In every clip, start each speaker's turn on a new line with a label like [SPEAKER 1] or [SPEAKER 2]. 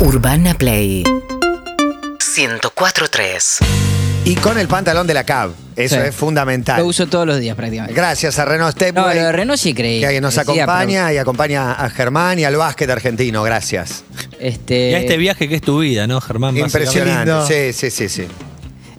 [SPEAKER 1] Urbana Play 104.3
[SPEAKER 2] Y con el pantalón de la CAB. Eso
[SPEAKER 3] Sí.
[SPEAKER 2] es fundamental.
[SPEAKER 3] Lo uso todos los días prácticamente.
[SPEAKER 2] Gracias a Renault
[SPEAKER 3] No,
[SPEAKER 2] Stepway,
[SPEAKER 3] lo de Renault sí creí.
[SPEAKER 2] que nos
[SPEAKER 3] Decía,
[SPEAKER 2] acompaña y acompaña a Germán y al básquet argentino. Gracias.
[SPEAKER 3] pero, este,
[SPEAKER 4] Y a este viaje que es tu vida, ¿no, Germán?
[SPEAKER 2] Impresionante. Sí, sí, sí, sí.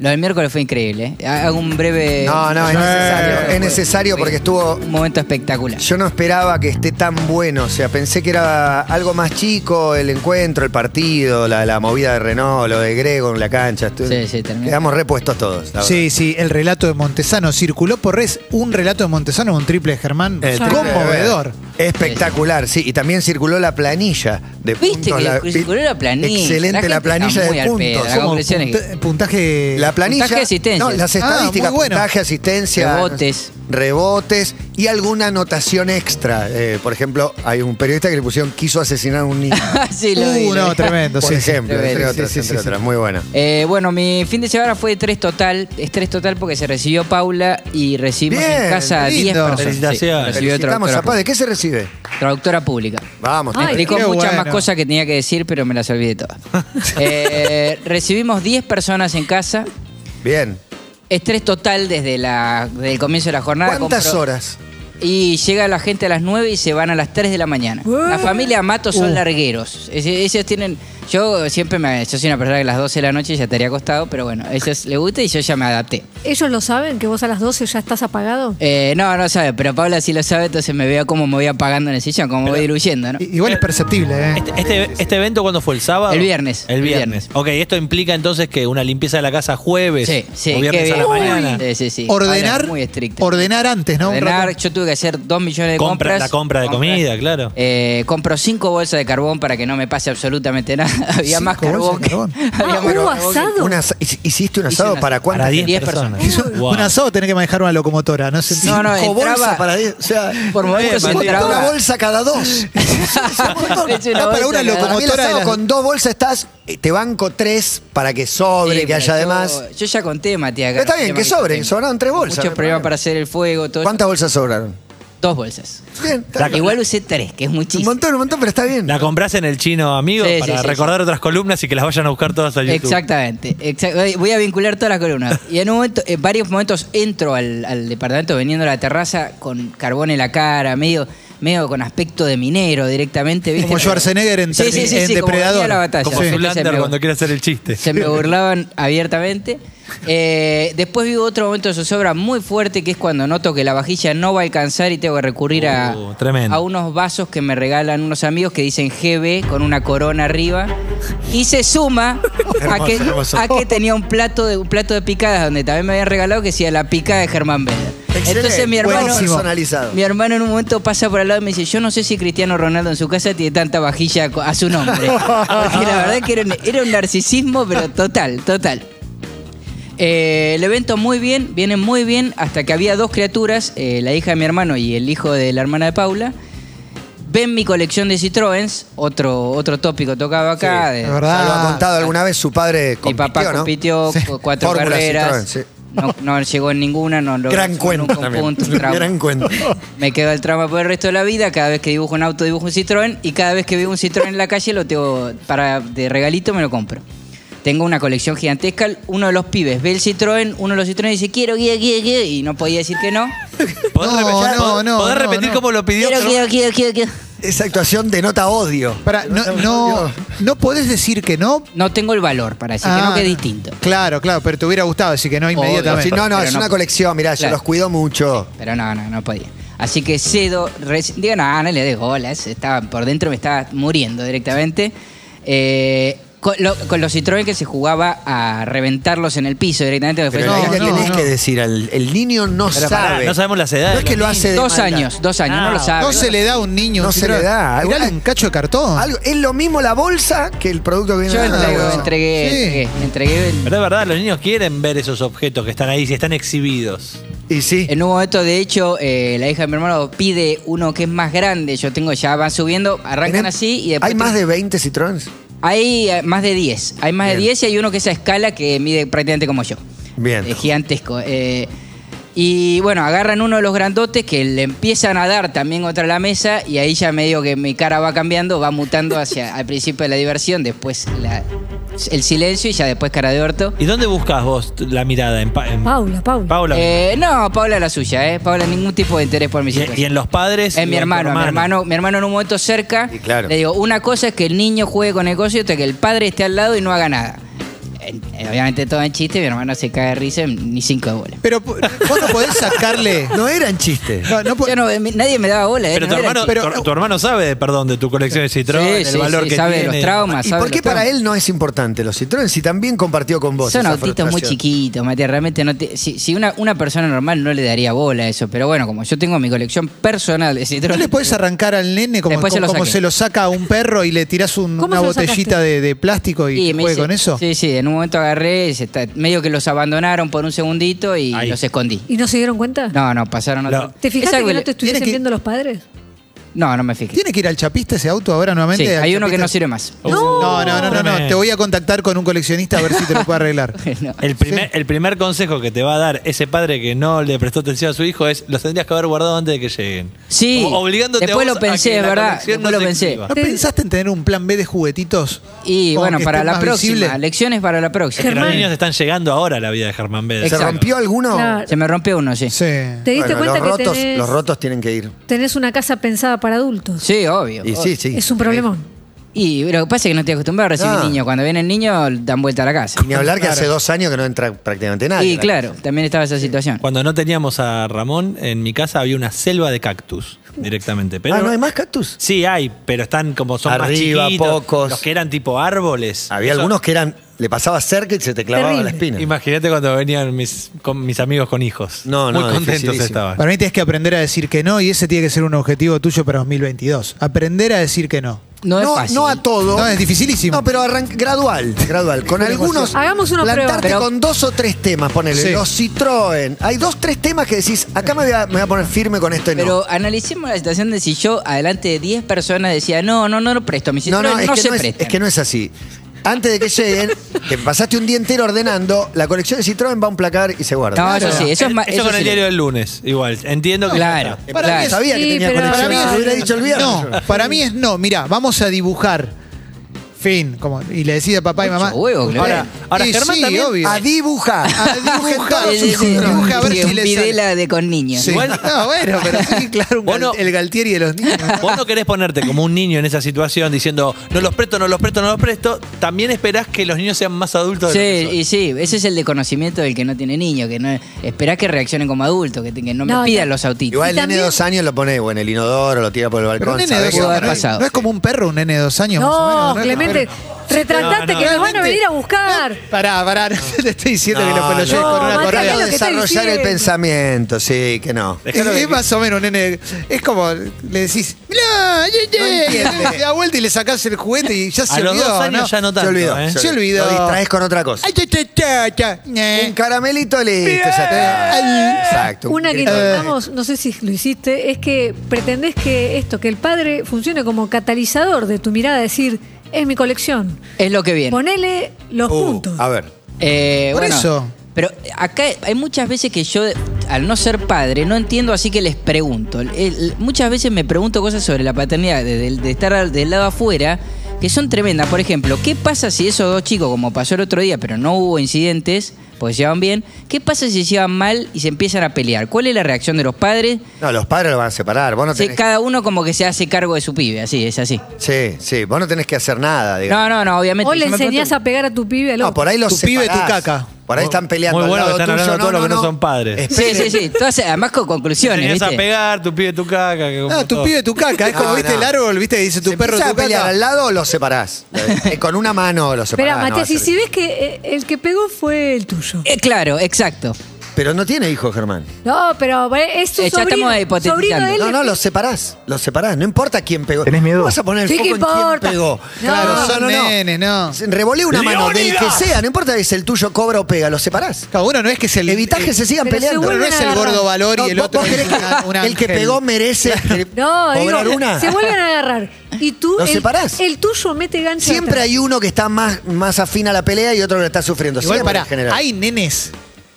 [SPEAKER 3] Lo del miércoles fue increíble. ¿eh? Hago un breve.
[SPEAKER 2] No, no, es necesario.
[SPEAKER 3] Fue-
[SPEAKER 2] Es necesario
[SPEAKER 3] fue
[SPEAKER 2] porque estuvo.
[SPEAKER 3] Un momento espectacular.
[SPEAKER 2] Yo no esperaba que esté tan bueno. O sea, pensé que era algo más chico el encuentro, el partido, la, la movida de Renault, lo de Grego en la cancha. Estu-
[SPEAKER 3] Sí, sí, terminó.
[SPEAKER 2] Quedamos repuestos todos. la
[SPEAKER 5] Sí, sí, el relato de Montesano. Circuló por res un relato de Montesano, un triple de Germán
[SPEAKER 2] El triple
[SPEAKER 5] conmovedor.
[SPEAKER 2] de- Eh, Espectacular, sí. Y también circuló la planilla de
[SPEAKER 3] Viste
[SPEAKER 2] puntos,
[SPEAKER 3] que circuló la planilla.
[SPEAKER 2] Excelente la,
[SPEAKER 3] La gente
[SPEAKER 2] planilla
[SPEAKER 3] está muy
[SPEAKER 2] de
[SPEAKER 3] al
[SPEAKER 2] puntos.
[SPEAKER 3] pedo. La
[SPEAKER 2] Somos-
[SPEAKER 3] conclusión es que-
[SPEAKER 5] Punta- puntaje.
[SPEAKER 2] la planilla.
[SPEAKER 3] Puntaje de asistencia.
[SPEAKER 2] No, las
[SPEAKER 5] Ah,
[SPEAKER 2] estadísticas,
[SPEAKER 5] muy bueno.
[SPEAKER 2] puntaje, asistencia.
[SPEAKER 3] Rebotes.
[SPEAKER 2] Rebotes y alguna anotación extra. Eh, por ejemplo, hay un periodista que le pusieron quiso asesinar a un niño.
[SPEAKER 3] sí, lo vi,
[SPEAKER 5] Uh,
[SPEAKER 3] lo
[SPEAKER 5] no,
[SPEAKER 3] vi.
[SPEAKER 5] tremendo.
[SPEAKER 2] por
[SPEAKER 5] sí, sí.
[SPEAKER 2] ejemplo, entre
[SPEAKER 3] Tremendo.
[SPEAKER 2] otras,
[SPEAKER 5] Sí, sí,
[SPEAKER 2] entre
[SPEAKER 5] sí, sí.
[SPEAKER 2] otras. Muy buena.
[SPEAKER 3] Eh, bueno, mi fin de semana fue de tres total. Es tres total porque se recibió Paula y recibimos
[SPEAKER 2] Bien,
[SPEAKER 3] en casa a 10
[SPEAKER 5] lindo.
[SPEAKER 3] personas. Sí,
[SPEAKER 4] Felicitaciones.
[SPEAKER 3] recibió
[SPEAKER 2] Felicitamos
[SPEAKER 3] traductora,
[SPEAKER 2] a Paz. ¿De qué se recibe?
[SPEAKER 3] traductora pública.
[SPEAKER 2] Vamos,
[SPEAKER 3] Me explicó
[SPEAKER 5] qué
[SPEAKER 3] muchas más
[SPEAKER 5] bueno.
[SPEAKER 3] cosas que tenía que decir, pero me las olvidé todas. Eh, recibimos 10 personas en casa.
[SPEAKER 2] bien.
[SPEAKER 3] Estrés total desde, la, desde el comienzo de la jornada.
[SPEAKER 2] ¿Cuántas
[SPEAKER 3] Compro-
[SPEAKER 2] horas?
[SPEAKER 3] Y llega la gente a las 9 y se van a las 3 de la mañana. La familia Mato son largueros. Es- Ellos tienen. Yo siempre me. Yo soy una persona que a las 12 de la noche ya estaría acostado, pero bueno, a ellos les gusta y yo ya me adapté.
[SPEAKER 6] ¿Ellos lo saben que vos a las 12 ya estás apagado?
[SPEAKER 3] Eh, no, no sabe, pero Paula sí lo sabe, entonces me veo cómo me voy apagando en el sillón, cómo voy diluyendo, ¿no?
[SPEAKER 5] I- Igual es perceptible, ¿eh?
[SPEAKER 4] Este, este- este evento, ¿cuándo fue? ¿El sábado?
[SPEAKER 3] El viernes.
[SPEAKER 4] El
[SPEAKER 3] El
[SPEAKER 4] viernes.
[SPEAKER 3] viernes.
[SPEAKER 4] Ok, esto implica entonces que una limpieza de la casa jueves
[SPEAKER 3] Sí, sí,
[SPEAKER 4] o
[SPEAKER 3] qué
[SPEAKER 4] viernes a la
[SPEAKER 3] bien.
[SPEAKER 4] mañana.
[SPEAKER 3] Sí, sí, sí. Paula
[SPEAKER 5] Ordenar.
[SPEAKER 3] es Muy estricta.
[SPEAKER 5] Ordenar antes, ¿no? Un
[SPEAKER 3] Ordenar,
[SPEAKER 5] rato.
[SPEAKER 3] yo tuve que hacer dos millones de
[SPEAKER 4] Compra-
[SPEAKER 3] compras.
[SPEAKER 4] la compra de comida, claro.
[SPEAKER 3] Eh, compro cinco bolsas de carbón para que no me pase absolutamente nada. Había más
[SPEAKER 5] Cinco
[SPEAKER 3] carbón.
[SPEAKER 5] bolsas
[SPEAKER 3] Que,
[SPEAKER 5] de carbón.
[SPEAKER 3] había
[SPEAKER 6] Ah,
[SPEAKER 3] más
[SPEAKER 6] ¿hubo
[SPEAKER 3] carbón que-
[SPEAKER 6] asado?
[SPEAKER 2] Un asa- ¿Hiciste un
[SPEAKER 3] Hice
[SPEAKER 2] asado
[SPEAKER 3] un
[SPEAKER 2] para
[SPEAKER 3] asado.
[SPEAKER 2] cuántas?
[SPEAKER 4] Para 10
[SPEAKER 3] Diez
[SPEAKER 4] personas.
[SPEAKER 5] Hizo
[SPEAKER 4] Wow.
[SPEAKER 5] Un asado tenés que manejar una locomotora, ¿no? Sentí-
[SPEAKER 3] No, no, entraba.
[SPEAKER 2] diez, o sea,
[SPEAKER 3] por momentos
[SPEAKER 4] Matías,
[SPEAKER 3] entraba.
[SPEAKER 2] una bolsa cada dos.
[SPEAKER 3] Es una
[SPEAKER 2] Ah, para
[SPEAKER 3] bolsa
[SPEAKER 2] una
[SPEAKER 3] de-
[SPEAKER 5] locomotora
[SPEAKER 2] locomotora
[SPEAKER 5] de las-
[SPEAKER 2] con dos bolsas estás, eh, te banco tres para que sobre,
[SPEAKER 3] Sí,
[SPEAKER 2] que
[SPEAKER 3] pero
[SPEAKER 2] haya
[SPEAKER 3] yo-
[SPEAKER 2] además.
[SPEAKER 3] Yo ya conté, Matías.
[SPEAKER 2] Pero está bien, que sobren,
[SPEAKER 3] sobren
[SPEAKER 2] sobraron tres bolsas.
[SPEAKER 3] Muchos problemas para hacer el fuego, todo.
[SPEAKER 2] ¿Cuántas bolsas sobraron?
[SPEAKER 3] Dos bolsas.
[SPEAKER 2] Bien, está bien.
[SPEAKER 3] Igual usé tres, que es
[SPEAKER 2] un
[SPEAKER 3] muchísimo.
[SPEAKER 2] montón, un montón, pero está bien.
[SPEAKER 4] La compras en el chino, amigo,
[SPEAKER 3] Sí, sí,
[SPEAKER 4] para
[SPEAKER 3] sí,
[SPEAKER 4] recordar otras columnas y que las vayan a buscar todas a YouTube.
[SPEAKER 3] Exactamente. exact- Voy a vincular todas las columnas. Y en, un momento, en varios momentos entro al, al departamento veniendo a la terraza con carbón en la cara, medio, medio con aspecto de minero directamente. ¿viste?
[SPEAKER 5] Como Schwarzenegger en-
[SPEAKER 3] Sí, sí, sí,
[SPEAKER 5] en
[SPEAKER 3] sí, como
[SPEAKER 5] Depredador.
[SPEAKER 3] venía la batalla.
[SPEAKER 4] Como
[SPEAKER 3] Entonces
[SPEAKER 4] Zulander
[SPEAKER 3] me-
[SPEAKER 4] cuando quiere hacer el chiste.
[SPEAKER 3] se me burlaban abiertamente. Eh, después vivo otro momento de zozobra muy fuerte, que es cuando noto que la vajilla no va a alcanzar y tengo que recurrir a,
[SPEAKER 4] Uh, tremendo.
[SPEAKER 3] a unos vasos que me regalan unos amigos que dicen GB con una corona arriba. Y se suma a, que,
[SPEAKER 2] hermoso.
[SPEAKER 3] a que tenía un plato, de, un plato de picadas donde también me habían regalado que decía la picada de Germán Bender.
[SPEAKER 2] Excelente,
[SPEAKER 3] Entonces mi hermano,
[SPEAKER 2] buenísimo. Personalizado.
[SPEAKER 3] mi hermano en un momento pasa por al lado y me dice, yo no sé si Cristiano Ronaldo en su casa tiene tanta vajilla co- a su nombre. Porque la verdad que era un, era un narcisismo, pero total, total. Eh, el evento muy bien, viene muy bien, hasta que había dos criaturas, eh, la hija de mi hermano y el hijo de la hermana de Paula. Ven mi colección de Citroëns, otro, otro tópico tocaba acá. de-
[SPEAKER 5] es verdad.
[SPEAKER 2] Ya lo ha contado alguna vez su padre
[SPEAKER 3] mi
[SPEAKER 2] compitió,
[SPEAKER 3] papá
[SPEAKER 2] ¿no?
[SPEAKER 3] compitió
[SPEAKER 2] Sí.
[SPEAKER 3] cu- cuatro
[SPEAKER 2] Fórmula
[SPEAKER 3] carreras.
[SPEAKER 2] Citroën, sí.
[SPEAKER 3] no, no llegó en ninguna, no logró
[SPEAKER 2] Gran
[SPEAKER 3] nunca
[SPEAKER 2] cuento
[SPEAKER 3] un
[SPEAKER 2] también.
[SPEAKER 3] punto, un trauma.
[SPEAKER 2] Gran cuento.
[SPEAKER 3] Me quedó el trauma por el resto de la vida. Cada vez que dibujo un auto, dibujo un Citroën. Y cada vez que veo un Citroën en la calle, lo tengo para de regalito, me lo compro. Tengo una colección gigantesca. Uno de los pibes ve el Citroën, uno de los Citroën dice, quiero, quiero, quiero, quiero", Y no podía decir que no.
[SPEAKER 4] ¿Podés
[SPEAKER 5] No,
[SPEAKER 4] repetir,
[SPEAKER 5] no,
[SPEAKER 4] podés-
[SPEAKER 5] no,
[SPEAKER 4] podés
[SPEAKER 5] no,
[SPEAKER 4] repetir
[SPEAKER 5] no.
[SPEAKER 4] cómo lo pidió?
[SPEAKER 3] Quiero,
[SPEAKER 4] pero-
[SPEAKER 3] quiero, quiero, quiero, quiero.
[SPEAKER 2] Esa actuación denota odio.
[SPEAKER 5] Pará, no, no, no podés decir que no.
[SPEAKER 3] No tengo el valor para decir que
[SPEAKER 5] Ah,
[SPEAKER 3] no, que es distinto.
[SPEAKER 5] Claro, claro, pero te hubiera gustado decir que no inmediatamente.
[SPEAKER 2] Si no, no,
[SPEAKER 3] Pero
[SPEAKER 2] es
[SPEAKER 3] no-
[SPEAKER 2] una colección, mirá, yo
[SPEAKER 3] Claro.
[SPEAKER 2] los cuido mucho.
[SPEAKER 3] Pero no, no, no podía. Así que cedo, reci- digo, no, no le dejo bolas, estaba por dentro, me estaba muriendo directamente. Eh, con, lo- con los Citroën que se jugaba a reventarlos en el piso directamente. porque fue
[SPEAKER 2] Pero
[SPEAKER 5] No,
[SPEAKER 2] ahí le
[SPEAKER 5] no,
[SPEAKER 2] tenés
[SPEAKER 5] no.
[SPEAKER 2] que decir al el niño no
[SPEAKER 4] Pero pará,
[SPEAKER 2] sabe.
[SPEAKER 4] no sabemos las edades.
[SPEAKER 2] No es que lo hace de
[SPEAKER 3] dos
[SPEAKER 2] maldad.
[SPEAKER 3] años, dos años, no lo sabe.
[SPEAKER 5] No se le da a un niño.
[SPEAKER 2] Ah, No
[SPEAKER 5] un
[SPEAKER 2] se
[SPEAKER 5] Citroën.
[SPEAKER 2] le da.
[SPEAKER 5] Tirale
[SPEAKER 2] Alguna-
[SPEAKER 5] un cacho de cartón.
[SPEAKER 2] Algo- es lo mismo la bolsa que el producto que viene
[SPEAKER 3] Yo
[SPEAKER 2] en la
[SPEAKER 3] entrego-
[SPEAKER 2] bolsa.
[SPEAKER 3] entregué,
[SPEAKER 5] Sí.
[SPEAKER 3] entregué, entregué el-
[SPEAKER 4] Pero es verdad, los niños quieren ver esos objetos que están ahí, si están exhibidos.
[SPEAKER 2] Y sí.
[SPEAKER 3] En un momento, de hecho, eh, la hija de mi hermano pide uno que es más grande. Yo tengo, ya van subiendo, arrancan
[SPEAKER 2] Tenés-
[SPEAKER 3] así y después.
[SPEAKER 2] Hay más de 20 Citroëns.
[SPEAKER 3] Hay eh, más de 10. Hay más de 10 y hay uno que es a escala que mide prácticamente como yo.
[SPEAKER 2] Bien.
[SPEAKER 3] Eh, gigantesco. Eh, Y bueno, agarran uno de los grandotes que le empiezan a dar también contra la mesa y ahí ya medio que mi cara va cambiando, va mutando hacia al principio la diversión, después la- el silencio y ya después cara de orto.
[SPEAKER 4] ¿Y dónde buscas vos t- la mirada? En, pa- en-
[SPEAKER 6] Paula, Paula.
[SPEAKER 4] Paula.
[SPEAKER 3] Eh, no, Paula la suya, ¿eh? Paula ningún tipo de interés por mi
[SPEAKER 4] y,
[SPEAKER 3] situación.
[SPEAKER 4] y en los
[SPEAKER 3] Es
[SPEAKER 4] padres.
[SPEAKER 3] mi
[SPEAKER 4] y en tu
[SPEAKER 3] hermano, mi hermano, mi hermano en un momento cerca.
[SPEAKER 2] Y claro.
[SPEAKER 3] Le digo, una cosa es que el niño juegue con el coso y otra que el padre esté al lado y no haga nada. En- eh, obviamente todo en chiste, mi hermano se cae de risa ni cinco de bola.
[SPEAKER 5] Pero po- vos no podés sacarle.
[SPEAKER 2] No eran chistes.
[SPEAKER 5] Ah, No, pues- no po-
[SPEAKER 3] Yo no- mi- nadie me daba bola, ¿eh?
[SPEAKER 4] Pero,
[SPEAKER 3] No
[SPEAKER 4] tu
[SPEAKER 3] era
[SPEAKER 4] hermano,
[SPEAKER 3] chiste.
[SPEAKER 4] tu, tu hermano sabe, perdón, de tu colección de Citroën,
[SPEAKER 3] Sí,
[SPEAKER 4] el
[SPEAKER 3] sí,
[SPEAKER 4] valor
[SPEAKER 3] sí,
[SPEAKER 4] que
[SPEAKER 3] sabe de
[SPEAKER 4] tiene.
[SPEAKER 3] los traumas,
[SPEAKER 2] ¿Y
[SPEAKER 3] sabe
[SPEAKER 2] por
[SPEAKER 3] de
[SPEAKER 2] qué
[SPEAKER 3] los
[SPEAKER 2] para
[SPEAKER 3] traumas.
[SPEAKER 2] él no es importante los Citroën si también compartió con vos?
[SPEAKER 3] Son
[SPEAKER 2] esa
[SPEAKER 3] autitos muy
[SPEAKER 2] frustración?
[SPEAKER 3] chiquitos, Matías. Realmente no te- si, si una, una persona normal no le daría bola a eso. Pero bueno, como yo tengo mi colección personal de
[SPEAKER 5] ¿No
[SPEAKER 3] Citroën.
[SPEAKER 5] le podés arrancar al nene como,
[SPEAKER 3] Después se
[SPEAKER 5] como-
[SPEAKER 3] lo
[SPEAKER 5] como
[SPEAKER 3] saqué.
[SPEAKER 5] se lo saca a un perro y le tirás un-
[SPEAKER 6] ¿Cómo
[SPEAKER 5] una
[SPEAKER 6] se lo
[SPEAKER 5] botellita
[SPEAKER 6] sacaste?
[SPEAKER 5] de, de plástico y,
[SPEAKER 3] Sí, me
[SPEAKER 5] juegue
[SPEAKER 3] hice-
[SPEAKER 5] con eso?
[SPEAKER 3] Sí, sí. En un momento agarré, se está- medio que los abandonaron por un segundito y
[SPEAKER 4] Ahí.
[SPEAKER 3] los escondí.
[SPEAKER 6] ¿Y no se dieron cuenta?
[SPEAKER 3] No, no, pasaron
[SPEAKER 4] No.
[SPEAKER 3] otro-
[SPEAKER 6] ¿Te
[SPEAKER 3] Es
[SPEAKER 6] fijaste
[SPEAKER 3] algo
[SPEAKER 6] que
[SPEAKER 3] le-
[SPEAKER 6] no te estuviesen
[SPEAKER 5] Tiene que-
[SPEAKER 6] viendo los padres?
[SPEAKER 3] No, no me fijé.
[SPEAKER 5] ¿Tiene que ir al chapista ese auto ahora nuevamente?
[SPEAKER 3] Sí,
[SPEAKER 5] ¿Al
[SPEAKER 3] hay uno que
[SPEAKER 5] chapista?
[SPEAKER 3] no sirve más.
[SPEAKER 4] Uh,
[SPEAKER 5] No, no, no, no, no. Te voy a contactar con un coleccionista a ver si te lo puedo arreglar.
[SPEAKER 3] No.
[SPEAKER 4] El primer, el primer consejo que te va a dar ese padre que no le prestó atención a su hijo es los tendrías que haber guardado antes de que lleguen.
[SPEAKER 3] Sí,
[SPEAKER 4] Como obligándote
[SPEAKER 3] después
[SPEAKER 4] a vos
[SPEAKER 3] lo
[SPEAKER 4] a que
[SPEAKER 3] pensé,
[SPEAKER 4] la
[SPEAKER 3] ¿verdad?
[SPEAKER 4] colección
[SPEAKER 3] Después
[SPEAKER 4] no
[SPEAKER 3] lo
[SPEAKER 4] se
[SPEAKER 3] pensé.
[SPEAKER 4] exhiba.
[SPEAKER 5] ¿No
[SPEAKER 6] Te-
[SPEAKER 5] pensaste en tener un plan B de juguetitos?
[SPEAKER 3] Y
[SPEAKER 5] Como
[SPEAKER 3] bueno,
[SPEAKER 5] que
[SPEAKER 3] para
[SPEAKER 5] estén
[SPEAKER 3] la
[SPEAKER 5] más
[SPEAKER 3] próxima,
[SPEAKER 5] visibles?
[SPEAKER 3] lecciones para la próxima.
[SPEAKER 4] Pero los
[SPEAKER 6] Germán.
[SPEAKER 4] niños están llegando ahora a la vida de Germán Bede.
[SPEAKER 2] ¿Se
[SPEAKER 3] Exacto.
[SPEAKER 2] rompió alguno?
[SPEAKER 6] Claro.
[SPEAKER 3] Se me rompió uno, sí. Sí,
[SPEAKER 5] Sí.
[SPEAKER 6] ¿Te diste
[SPEAKER 2] Bueno,
[SPEAKER 6] cuenta
[SPEAKER 2] los
[SPEAKER 6] que
[SPEAKER 2] rotos,
[SPEAKER 6] tenés,
[SPEAKER 2] los rotos tienen que ir.
[SPEAKER 6] tenés una casa pensada para adultos?
[SPEAKER 3] obvio.
[SPEAKER 2] Y sí, sí.
[SPEAKER 6] Es un problemón.
[SPEAKER 3] Y lo que pasa es que no estoy acostumbrado a recibir
[SPEAKER 2] Ah.
[SPEAKER 3] niño. Cuando viene el niño, dan vuelta a la casa.
[SPEAKER 2] Y Ni hablar que hace dos años que no entra prácticamente nadie.
[SPEAKER 3] y claro, también estaba esa situación.
[SPEAKER 4] Cuando no teníamos a Ramón, en mi casa había una selva de cactus directamente. Pero
[SPEAKER 2] ah, ¿no hay más cactus?
[SPEAKER 4] Sí, hay, pero están como son
[SPEAKER 2] Arriba,
[SPEAKER 4] más chiquitos.
[SPEAKER 2] pocos.
[SPEAKER 4] Los que eran tipo árboles.
[SPEAKER 2] Había
[SPEAKER 4] Eso-
[SPEAKER 2] algunos que eran, le pasaba cerca y se te clavaba
[SPEAKER 6] Terrible.
[SPEAKER 2] la espina.
[SPEAKER 4] Imagínate cuando venían mis, con mis amigos con hijos.
[SPEAKER 2] No, no,
[SPEAKER 4] Muy contentos
[SPEAKER 2] dificilísimo.
[SPEAKER 4] estaban.
[SPEAKER 5] Para mí tienes que aprender a decir que no y ese tiene que ser un objetivo tuyo para 2022. Aprender a decir que no.
[SPEAKER 3] No, es fácil.
[SPEAKER 2] no a todo.
[SPEAKER 5] No, es dificilísimo.
[SPEAKER 2] No, pero arran- gradual, gradual. Con algunos.
[SPEAKER 6] Hagamos una prueba.
[SPEAKER 2] plantarte
[SPEAKER 3] Pero-
[SPEAKER 2] con dos o tres temas, ponele.
[SPEAKER 5] Sí.
[SPEAKER 2] Los Citroën. Hay dos, tres temas que decís, acá me voy a, me voy a poner firme con esto y no.
[SPEAKER 3] Pero analicemos la situación de si yo, adelante de 10 personas, decía, no, no, no lo presto. Mis
[SPEAKER 2] no,
[SPEAKER 3] no,
[SPEAKER 2] no, es, que
[SPEAKER 3] se
[SPEAKER 2] no es,
[SPEAKER 3] prestan.
[SPEAKER 2] es que no es así. Antes de que lleguen, te pasaste un día entero ordenando, la colección de Citroën va a un placar y se guarda.
[SPEAKER 3] No, eso sí, eso es
[SPEAKER 4] Eh,
[SPEAKER 3] más.
[SPEAKER 4] eso con
[SPEAKER 3] sí
[SPEAKER 4] el
[SPEAKER 3] lo-
[SPEAKER 4] diario del lunes, igual. Entiendo que.
[SPEAKER 3] Claro,
[SPEAKER 2] Eh, para mí
[SPEAKER 3] claro.
[SPEAKER 2] sabía que
[SPEAKER 6] Sí,
[SPEAKER 2] tenía
[SPEAKER 6] pero-
[SPEAKER 2] colección.
[SPEAKER 6] Para mí
[SPEAKER 2] se lo hubiera
[SPEAKER 6] es-
[SPEAKER 2] dicho el viernes.
[SPEAKER 5] No, para mí es no. Mirá, vamos a dibujar. Fin. Como, y le decís a papá y
[SPEAKER 3] Mucho
[SPEAKER 5] mamá.
[SPEAKER 3] huevo, claro.
[SPEAKER 4] Ahora, ahora
[SPEAKER 5] Y
[SPEAKER 4] Germán
[SPEAKER 5] sí,
[SPEAKER 4] también.
[SPEAKER 5] obvio. Ah,
[SPEAKER 2] A dibujar.
[SPEAKER 5] A dibujar,
[SPEAKER 3] Sí, sí, sí.
[SPEAKER 5] Dibuja, a ver
[SPEAKER 3] Sí,
[SPEAKER 5] si
[SPEAKER 3] un
[SPEAKER 5] le sale.
[SPEAKER 3] Videla de con niños.
[SPEAKER 5] Sí.
[SPEAKER 4] Igual-
[SPEAKER 5] No, bueno, pero sí, claro, un
[SPEAKER 4] Vos no-
[SPEAKER 5] gal- el Galtieri de los niños.
[SPEAKER 4] Vos no querés ponerte como un niño en esa situación diciendo no los presto, no los presto, no los presto. También esperás que los niños sean más adultos.
[SPEAKER 3] Sí,
[SPEAKER 4] de lo que son.
[SPEAKER 3] y sí, ese es el desconocimiento del que no tiene niño, que no esperás que reaccionen como adultos, que, te- que no me
[SPEAKER 6] No,
[SPEAKER 3] pidan
[SPEAKER 6] no.
[SPEAKER 3] los autitos.
[SPEAKER 2] Igual el
[SPEAKER 6] Y
[SPEAKER 2] nene
[SPEAKER 6] también-
[SPEAKER 2] de dos años lo pone bueno, en el inodoro, lo tira por el
[SPEAKER 5] Pero
[SPEAKER 2] balcón.
[SPEAKER 5] un nene de
[SPEAKER 2] sabe
[SPEAKER 5] dos
[SPEAKER 2] que va a
[SPEAKER 5] años
[SPEAKER 3] haber
[SPEAKER 2] parar.
[SPEAKER 3] pasado.
[SPEAKER 5] no es como un perro, un nene de dos años. más o menos,
[SPEAKER 6] No,
[SPEAKER 5] es
[SPEAKER 6] Clemente,
[SPEAKER 5] como-
[SPEAKER 6] retratate
[SPEAKER 4] no,
[SPEAKER 6] que nos van a
[SPEAKER 5] Realmente-
[SPEAKER 6] venir a buscar.
[SPEAKER 5] Pará, pará, no te estoy diciendo que lo
[SPEAKER 2] No,
[SPEAKER 5] poloyees
[SPEAKER 6] no,
[SPEAKER 5] con una
[SPEAKER 6] Matías,
[SPEAKER 5] correa.
[SPEAKER 6] es lo que está
[SPEAKER 2] desarrollar el
[SPEAKER 6] diciendo.
[SPEAKER 2] pensamiento, sí, que no.
[SPEAKER 5] Es, es más o menos un nene. Es como le decís, mirá, ye, ye", le da vuelta y le sacás el juguete y ya se
[SPEAKER 4] A los
[SPEAKER 5] olvidó.
[SPEAKER 4] dos años
[SPEAKER 5] ¿no?
[SPEAKER 4] ya no tanto.
[SPEAKER 2] se olvidó.
[SPEAKER 4] ¿eh?
[SPEAKER 5] Se olvidó.
[SPEAKER 2] Lo distraes con otra cosa.
[SPEAKER 5] Ay, che, che, che, che,
[SPEAKER 2] Un
[SPEAKER 6] eh.
[SPEAKER 5] ñe.
[SPEAKER 2] caramelito listo. ya
[SPEAKER 5] Bien.
[SPEAKER 2] está. Exacto.
[SPEAKER 6] Una que
[SPEAKER 2] Grito.
[SPEAKER 6] intentamos, no sé si lo hiciste, es que pretendés que esto, que el padre funcione como catalizador de tu mirada, decir, es mi colección.
[SPEAKER 3] Es lo que viene.
[SPEAKER 6] Ponele los
[SPEAKER 2] Uh,
[SPEAKER 6] puntos.
[SPEAKER 2] a ver.
[SPEAKER 3] Eh,
[SPEAKER 5] Por
[SPEAKER 3] bueno,
[SPEAKER 5] eso.
[SPEAKER 3] Pero acá hay muchas veces que yo, al no ser padre, no entiendo, así que les pregunto. El- el- muchas veces me pregunto cosas sobre la paternidad, de, de- de estar al- del lado afuera, que son tremendas. Por ejemplo, ¿qué pasa si esos dos chicos, como pasó el otro día, pero no hubo incidentes, porque se llevan bien, ¿qué pasa si se llevan mal y se empiezan a pelear? ¿Cuál es la reacción de los padres?
[SPEAKER 2] No, los padres lo van a separar. Vos no
[SPEAKER 3] Sí,
[SPEAKER 2] tenés,
[SPEAKER 3] cada uno como que se hace cargo de su pibe, así, es así.
[SPEAKER 2] sí, sí, vos no tenés que hacer nada, digamos.
[SPEAKER 3] No, no, no, obviamente.
[SPEAKER 6] O le
[SPEAKER 3] Yo me
[SPEAKER 6] enseñás
[SPEAKER 3] pregunto-
[SPEAKER 6] a pegar a tu pibe al
[SPEAKER 2] No,
[SPEAKER 6] otro.
[SPEAKER 2] por ahí los
[SPEAKER 5] Tu pibe, tu
[SPEAKER 2] separás.
[SPEAKER 5] caca.
[SPEAKER 2] Por ahí están peleando.
[SPEAKER 4] Muy
[SPEAKER 2] al
[SPEAKER 4] bueno que
[SPEAKER 2] lado
[SPEAKER 4] están
[SPEAKER 2] tuyo,
[SPEAKER 4] hablando todos los que no son padres.
[SPEAKER 3] Sí,
[SPEAKER 2] Esperen.
[SPEAKER 3] sí, sí. Todas- además con conclusiones,
[SPEAKER 4] Tenías a
[SPEAKER 3] ¿viste?
[SPEAKER 4] pegar, tu pibe, tu caca. que como
[SPEAKER 5] No, Ah, tu
[SPEAKER 4] todo.
[SPEAKER 5] pibe, tu caca. Es como,
[SPEAKER 2] No,
[SPEAKER 5] viste,
[SPEAKER 2] no.
[SPEAKER 5] el árbol, viste, que dice tu
[SPEAKER 2] ¿Se
[SPEAKER 5] perro,
[SPEAKER 2] empieza
[SPEAKER 5] tu
[SPEAKER 2] a pelear
[SPEAKER 5] caca.
[SPEAKER 2] al lado o los separás? Eh, con una mano los separás.
[SPEAKER 6] Espera,
[SPEAKER 2] no va a
[SPEAKER 6] Matías, y
[SPEAKER 2] ser-
[SPEAKER 6] si ves que eh, el que pegó fue el tuyo.
[SPEAKER 3] Eh, claro, exacto.
[SPEAKER 2] Pero no tiene hijo, Germán.
[SPEAKER 6] No, pero eh, es su
[SPEAKER 3] Eh, ya
[SPEAKER 6] sobrino.
[SPEAKER 3] estamos hipotetizando.
[SPEAKER 6] Sobrino de él.
[SPEAKER 2] No, no, los separás. Los separás. No importa quién pegó.
[SPEAKER 1] ¿Tenés miedo?
[SPEAKER 2] No vas a poner el
[SPEAKER 6] Sí,
[SPEAKER 2] foco
[SPEAKER 6] que
[SPEAKER 2] en quién
[SPEAKER 6] importa.
[SPEAKER 2] pegó.
[SPEAKER 6] No.
[SPEAKER 5] Claro, son
[SPEAKER 2] no, no.
[SPEAKER 5] nenes, no.
[SPEAKER 2] Revolé una mano del
[SPEAKER 1] ¡Leónidas!
[SPEAKER 2] que sea. No importa si es el tuyo, cobra o pega. Los separás.
[SPEAKER 5] Cada uno no es que se le
[SPEAKER 2] Evitás que se sigan
[SPEAKER 6] Pero se
[SPEAKER 2] peleando.
[SPEAKER 5] eh, Pero no
[SPEAKER 6] vuelven
[SPEAKER 5] es
[SPEAKER 6] a
[SPEAKER 5] el
[SPEAKER 6] agarrar.
[SPEAKER 5] gordo valor
[SPEAKER 2] No,
[SPEAKER 5] y el
[SPEAKER 2] vos-
[SPEAKER 5] otro
[SPEAKER 2] vos
[SPEAKER 5] es
[SPEAKER 2] querés que
[SPEAKER 5] una- un
[SPEAKER 2] el que
[SPEAKER 5] ángel.
[SPEAKER 2] pegó merece que-
[SPEAKER 6] No, digo,
[SPEAKER 2] cobrar una.
[SPEAKER 6] se vuelven a agarrar. Y tú,
[SPEAKER 2] ¿Los
[SPEAKER 6] el,
[SPEAKER 2] separás?
[SPEAKER 6] el tuyo mete gancho.
[SPEAKER 2] Siempre
[SPEAKER 6] atrás.
[SPEAKER 2] hay uno que está más, más afín a la pelea y otro que está sufriendo.
[SPEAKER 5] Igual
[SPEAKER 2] Siempre,
[SPEAKER 5] pará,
[SPEAKER 2] en general.
[SPEAKER 5] hay nenes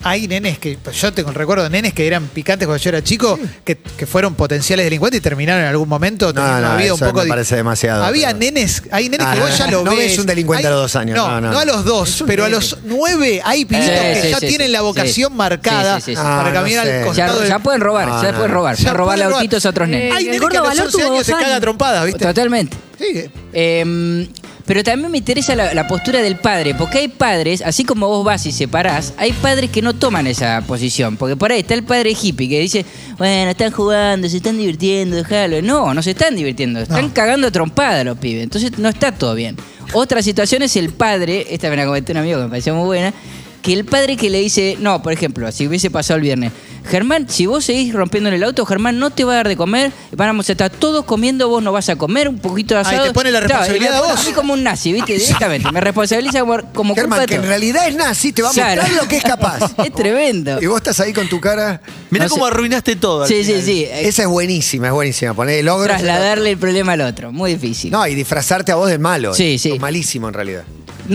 [SPEAKER 5] hay nenes que, pues, yo tengo el recuerdo de nenes que eran picantes cuando yo era chico, que, que fueron potenciales delincuentes y terminaron en algún momento.
[SPEAKER 2] No,
[SPEAKER 5] teniendo
[SPEAKER 2] no,
[SPEAKER 5] una vida
[SPEAKER 2] eso me
[SPEAKER 5] di-
[SPEAKER 2] parece demasiado,
[SPEAKER 5] Había
[SPEAKER 2] pero-
[SPEAKER 5] nenes, hay nenes
[SPEAKER 2] Ah,
[SPEAKER 5] que vos ya
[SPEAKER 2] no,
[SPEAKER 5] lo
[SPEAKER 2] no
[SPEAKER 5] ves.
[SPEAKER 2] ves un delincuente
[SPEAKER 5] Hay-
[SPEAKER 2] a los dos años,
[SPEAKER 5] No,
[SPEAKER 2] no,
[SPEAKER 5] no,
[SPEAKER 2] no.
[SPEAKER 5] a los dos, pero a
[SPEAKER 2] nene.
[SPEAKER 5] los nueve hay pibitos
[SPEAKER 3] Sí,
[SPEAKER 5] que
[SPEAKER 3] sí,
[SPEAKER 5] ya
[SPEAKER 3] sí,
[SPEAKER 5] tienen
[SPEAKER 3] sí.
[SPEAKER 5] la vocación
[SPEAKER 3] Sí.
[SPEAKER 5] marcada
[SPEAKER 3] Sí, sí, sí, sí.
[SPEAKER 2] Ah,
[SPEAKER 5] para
[SPEAKER 2] no
[SPEAKER 5] caminar
[SPEAKER 2] sé.
[SPEAKER 5] al costado
[SPEAKER 3] Ya,
[SPEAKER 5] del-
[SPEAKER 3] ya pueden robar,
[SPEAKER 2] No,
[SPEAKER 3] ya
[SPEAKER 2] no,
[SPEAKER 3] pueden
[SPEAKER 2] no.
[SPEAKER 3] robar.
[SPEAKER 5] Ah, Ya
[SPEAKER 3] Para robarle
[SPEAKER 5] pueden robar. Eh,
[SPEAKER 3] autitos a otros nenes.
[SPEAKER 5] Hay
[SPEAKER 6] El
[SPEAKER 5] nenes que
[SPEAKER 6] gordo
[SPEAKER 5] a los
[SPEAKER 6] Balot
[SPEAKER 5] 11
[SPEAKER 6] tuvo
[SPEAKER 5] años se
[SPEAKER 6] dos
[SPEAKER 5] caga
[SPEAKER 6] años.
[SPEAKER 5] trompadas, ¿viste?
[SPEAKER 3] Totalmente.
[SPEAKER 5] Sí.
[SPEAKER 3] Eh, pero también me interesa la, la postura del padre, porque hay padres, así como vos vas y separás, hay padres que no toman esa posición. Porque por ahí está el padre hippie que dice, bueno, están jugando, se están divirtiendo, déjalo. No, no se están divirtiendo, están cagando a trompada los pibes. Entonces no está todo bien. Otra situación es el padre, esta me la comentó un amigo que me pareció muy buena, que el padre que le dice, no, por ejemplo, si hubiese pasado el viernes, Germán, si vos seguís rompiendo en el auto, Germán no te va a dar de comer, vamos a estar todos comiendo, vos no vas a comer, un poquito de
[SPEAKER 5] Ahí te
[SPEAKER 3] asado.
[SPEAKER 5] pone la
[SPEAKER 3] Claro, y me
[SPEAKER 5] responsabilidad
[SPEAKER 3] pone
[SPEAKER 5] a vos.
[SPEAKER 3] a mí como un nazi, ¿viste? Directamente. Me responsabiliza como, como
[SPEAKER 2] Germán,
[SPEAKER 3] culpa
[SPEAKER 2] que
[SPEAKER 3] de
[SPEAKER 2] en
[SPEAKER 3] todo.
[SPEAKER 2] realidad es nazi, te va a
[SPEAKER 3] Claro.
[SPEAKER 2] mostrar lo que es capaz.
[SPEAKER 3] Es tremendo.
[SPEAKER 2] Y vos estás ahí con tu cara.
[SPEAKER 4] Mirá
[SPEAKER 3] No sé.
[SPEAKER 4] cómo arruinaste todo. al
[SPEAKER 3] Sí, sí,
[SPEAKER 4] final.
[SPEAKER 3] sí. Eh,
[SPEAKER 2] Esa es buenísima, es buenísima. Poner el ogro.
[SPEAKER 3] Trasladarle el problema al otro. Muy difícil. No,
[SPEAKER 2] No, y disfrazarte a vos del malo.
[SPEAKER 3] Sí,
[SPEAKER 2] eh.
[SPEAKER 3] sí.
[SPEAKER 2] Malísimo en realidad.